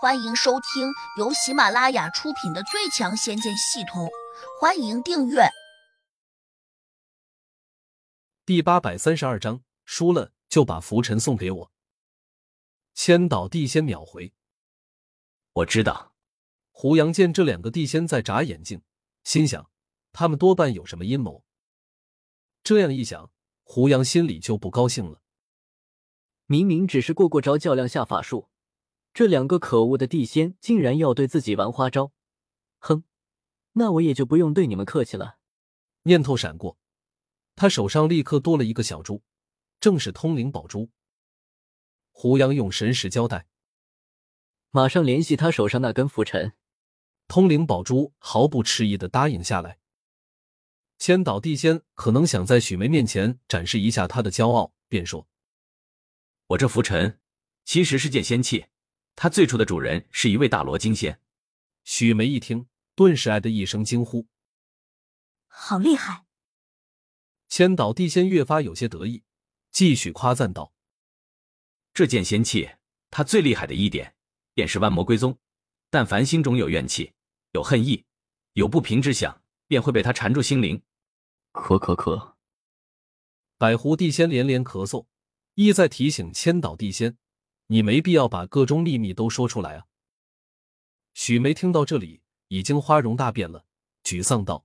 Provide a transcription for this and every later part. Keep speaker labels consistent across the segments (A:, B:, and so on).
A: 欢迎收听由喜马拉雅出品的《最强仙剑系统》，欢迎订阅。
B: 第八百三十二章，输了就把拂尘送给我。千岛地仙秒回。
C: 我知道，
B: 胡杨见这两个地仙在眨眼睛，心想他们多半有什么阴谋。这样一想，胡杨心里就不高兴了。
D: 明明只是过过招较量下法术，这两个可恶的地仙竟然要对自己玩花招，哼，那我也就不用对你们客气了。
B: 念头闪过，他手上立刻多了一个小珠，正是通灵宝珠。胡杨用神识交代，
D: 马上联系他手上那根拂尘。
B: 通灵宝珠毫不迟疑的答应下来。千岛地仙可能想在许梅面前展示一下他的骄傲，便说。
C: 我这拂尘其实是件仙器，它最初的主人是一位大罗金仙。
B: 许梅一听，顿时哎的一声惊呼。
E: 好厉害！
B: 千岛地仙越发有些得意，继续夸赞道：“
C: 这件仙器，它最厉害的一点，便是万魔归宗。但凡心中有怨气、有恨意、有不平之想，便会被它缠住心灵。”
D: 咳咳咳！
B: 百狐地仙连连咳嗽。意在提醒千岛地仙，你没必要把各中秘密都说出来啊！许梅听到这里，已经花容大变了，沮丧道：“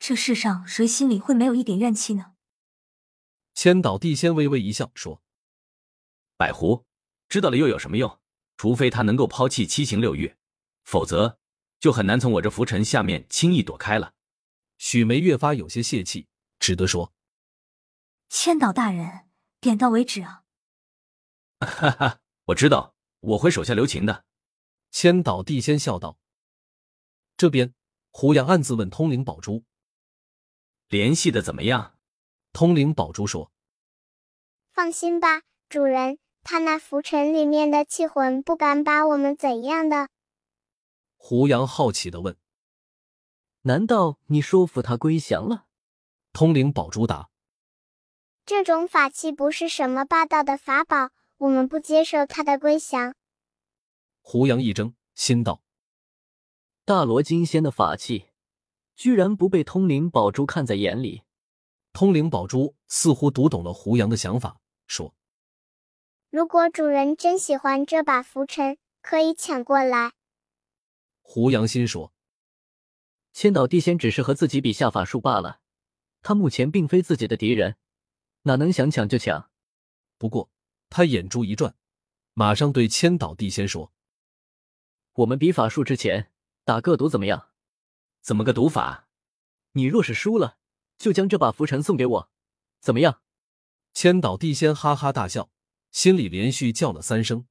E: 这世上谁心里会没有一点怨气呢？”
B: 千岛地仙微微一笑说：“
C: 百狐知道了又有什么用？除非他能够抛弃七情六欲，否则就很难从我这浮尘下面轻易躲开了。”
B: 许梅越发有些泄气，只得说：“
E: 千岛大人。”点到为止啊！
C: 哈哈，我知道，我会手下留情的。
B: 千岛地仙笑道。这边，胡杨暗自问通灵宝珠
C: 联系的怎么样？
B: 通灵宝珠说：“
F: 放心吧，主人，他那浮尘里面的气魂不敢把我们怎样的。”
B: 胡杨好奇的问：“
D: 难道你说服他归降了？”
B: 通灵宝珠答。
F: 这种法器不是什么霸道的法宝，我们不接受它的归降。
B: 胡杨一怔，心道：
D: 大罗金仙的法器，居然不被通灵宝珠看在眼里。
B: 通灵宝珠似乎读懂了胡杨的想法，说：“
F: 如果主人真喜欢这把拂尘，可以抢过来。”
B: 胡杨心说：
D: 千岛地仙只是和自己比下法术罢了，他目前并非自己的敌人。哪能想抢就抢？
B: 不过他眼珠一转，马上对千岛地仙说：“
D: 我们比法术之前打个赌怎么样？
C: 怎么个赌法？
D: 你若是输了，就将这把拂尘送给我，怎么样？”
B: 千岛地仙哈哈大笑，心里连续叫了三声：“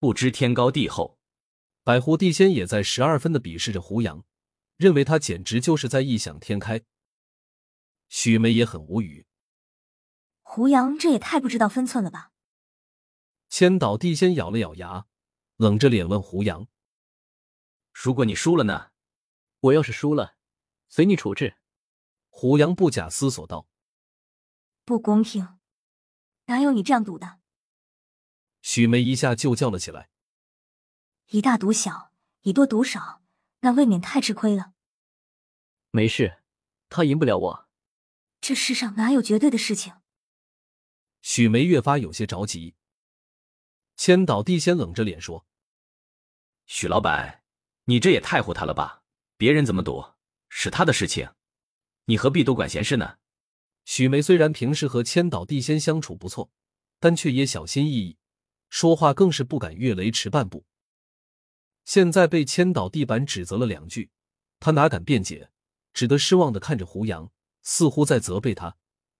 C: 不知天高地厚。”
B: 百狐地仙也在十二分的鄙视着胡杨，认为他简直就是在异想天开。许梅也很无语。
E: 胡杨，这也太不知道分寸了吧！
B: 千岛地仙咬了咬牙，冷着脸问胡杨：“
C: 如果你输了呢？”“
D: 我要是输了，随你处置。”
B: 胡杨不假思索道。
E: “不公平，哪有你这样赌的？”
B: 许梅一下就叫了起来：“
E: 以大赌小，以多赌少，那未免太吃亏了。”“
D: 没事，他赢不了我。
E: 这世上哪有绝对的事情？”
B: 许梅越发有些着急。千岛地仙冷着脸说：“
C: 许老板，你这也太护他了吧？别人怎么赌是他的事情，你何必多管闲事呢？”
B: 许梅虽然平时和千岛地仙相处不错，但却也小心翼翼，说话更是不敢越雷池半步。现在被千岛地板指责了两句，他哪敢辩解，只得失望的看着胡杨，似乎在责备他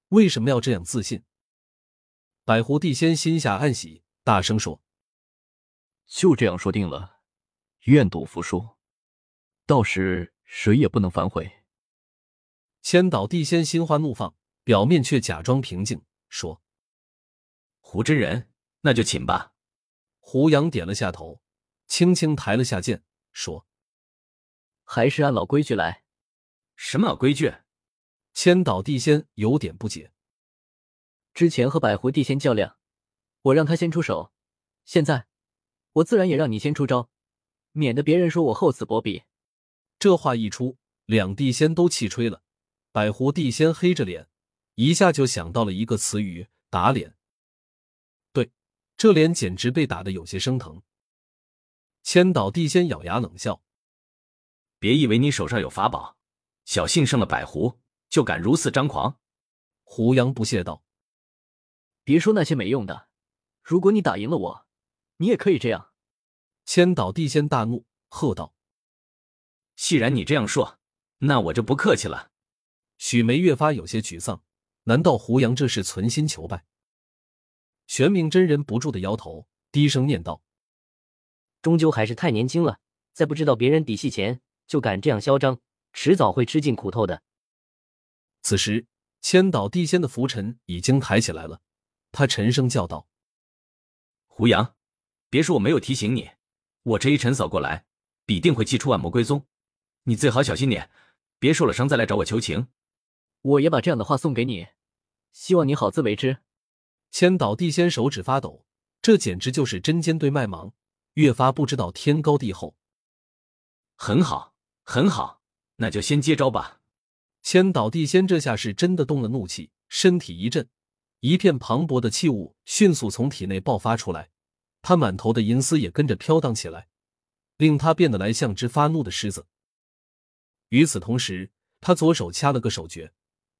B: 为什么要这样自信。百狐地仙心下暗喜，大声说：“
G: 就这样说定了，愿赌服输，到时谁也不能反悔。”
B: 千岛地仙心花怒放，表面却假装平静，说：“
C: 胡真人，那就请吧。”
B: 胡杨点了下头，轻轻抬了下剑，说：“
D: 还是按老规矩来。”“
C: 什么老规矩？”
B: 千岛地仙有点不解。
D: 之前和百狐地仙较量，我让他先出手。现在我自然也让你先出招，免得别人说我厚此薄彼。
B: 这话一出，两地仙都气吹了。百狐地仙黑着脸，一下就想到了一个词语——打脸。对，这脸简直被打得有些生疼。千岛地仙咬牙冷笑，
C: 别以为你手上有法宝，小信胜了百狐就敢如此张狂。
B: 胡杨不屑道
D: 别说那些没用的，如果你打赢了我，你也可以这样。：“
B: 千岛地仙大怒，喝道
C: 既然你这样说，那我就不客气了。：‘
B: 许梅越发有些沮丧，难道胡杨这是存心求败？’玄冥真人不住的摇头，低声念道
H: 终究还是太年轻了，在不知道别人底细前就敢这样嚣张，迟早会吃尽苦头的。：‘
B: 此时，千岛地仙的拂尘已经抬起来了，他沉声叫道。”
C: 胡杨，别说我没有提醒你，我这一晨扫过来，必定会气出万魔归宗。你最好小心点，别受了伤再来找我求情。
D: 我也把这样的话送给你，希望你好自为之。
B: 千岛地仙手指发抖，这简直就是针尖对麦芒，越发不知道天高地厚。
C: 很好，很好，那就先接招吧。
B: 千岛地仙这下是真的动了怒气，身体一震，一片磅礴的气雾迅速从体内爆发出来，他满头的银丝也跟着飘荡起来，令他变得来像只发怒的狮子。与此同时，他左手掐了个手诀，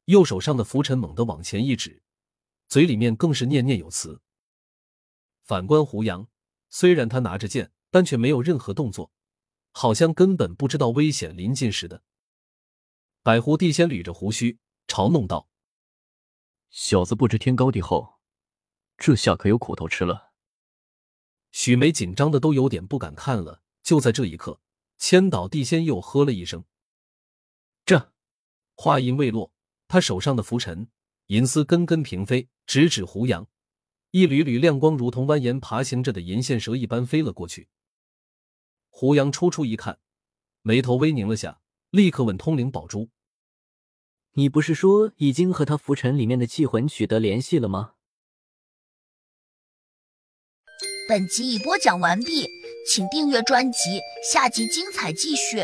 B: 右手上的拂尘猛地往前一指，嘴里面更是念念有词。反观胡杨，虽然他拿着剑，但却没有任何动作，好像根本不知道危险临近似的。百狐地仙捋着胡须，嘲弄道
G: 小子不知天高地厚，这下可有苦头吃了。：“
B: 许梅紧张的都有点不敢看了。”就在这一刻，千岛地仙又喝了一声。
C: 这
B: 话音未落，他手上的拂尘银丝根根平飞，直指胡杨。一缕缕亮光如同蜿蜒爬行着的银线蛇一般飞了过去。胡杨抽出一看，眉头微拧了下，立刻问通灵宝珠。
D: 你不是说已经和他浮尘里面的气魂取得联系了吗？
A: 本集已播讲完毕，请订阅专辑，下集精彩继续。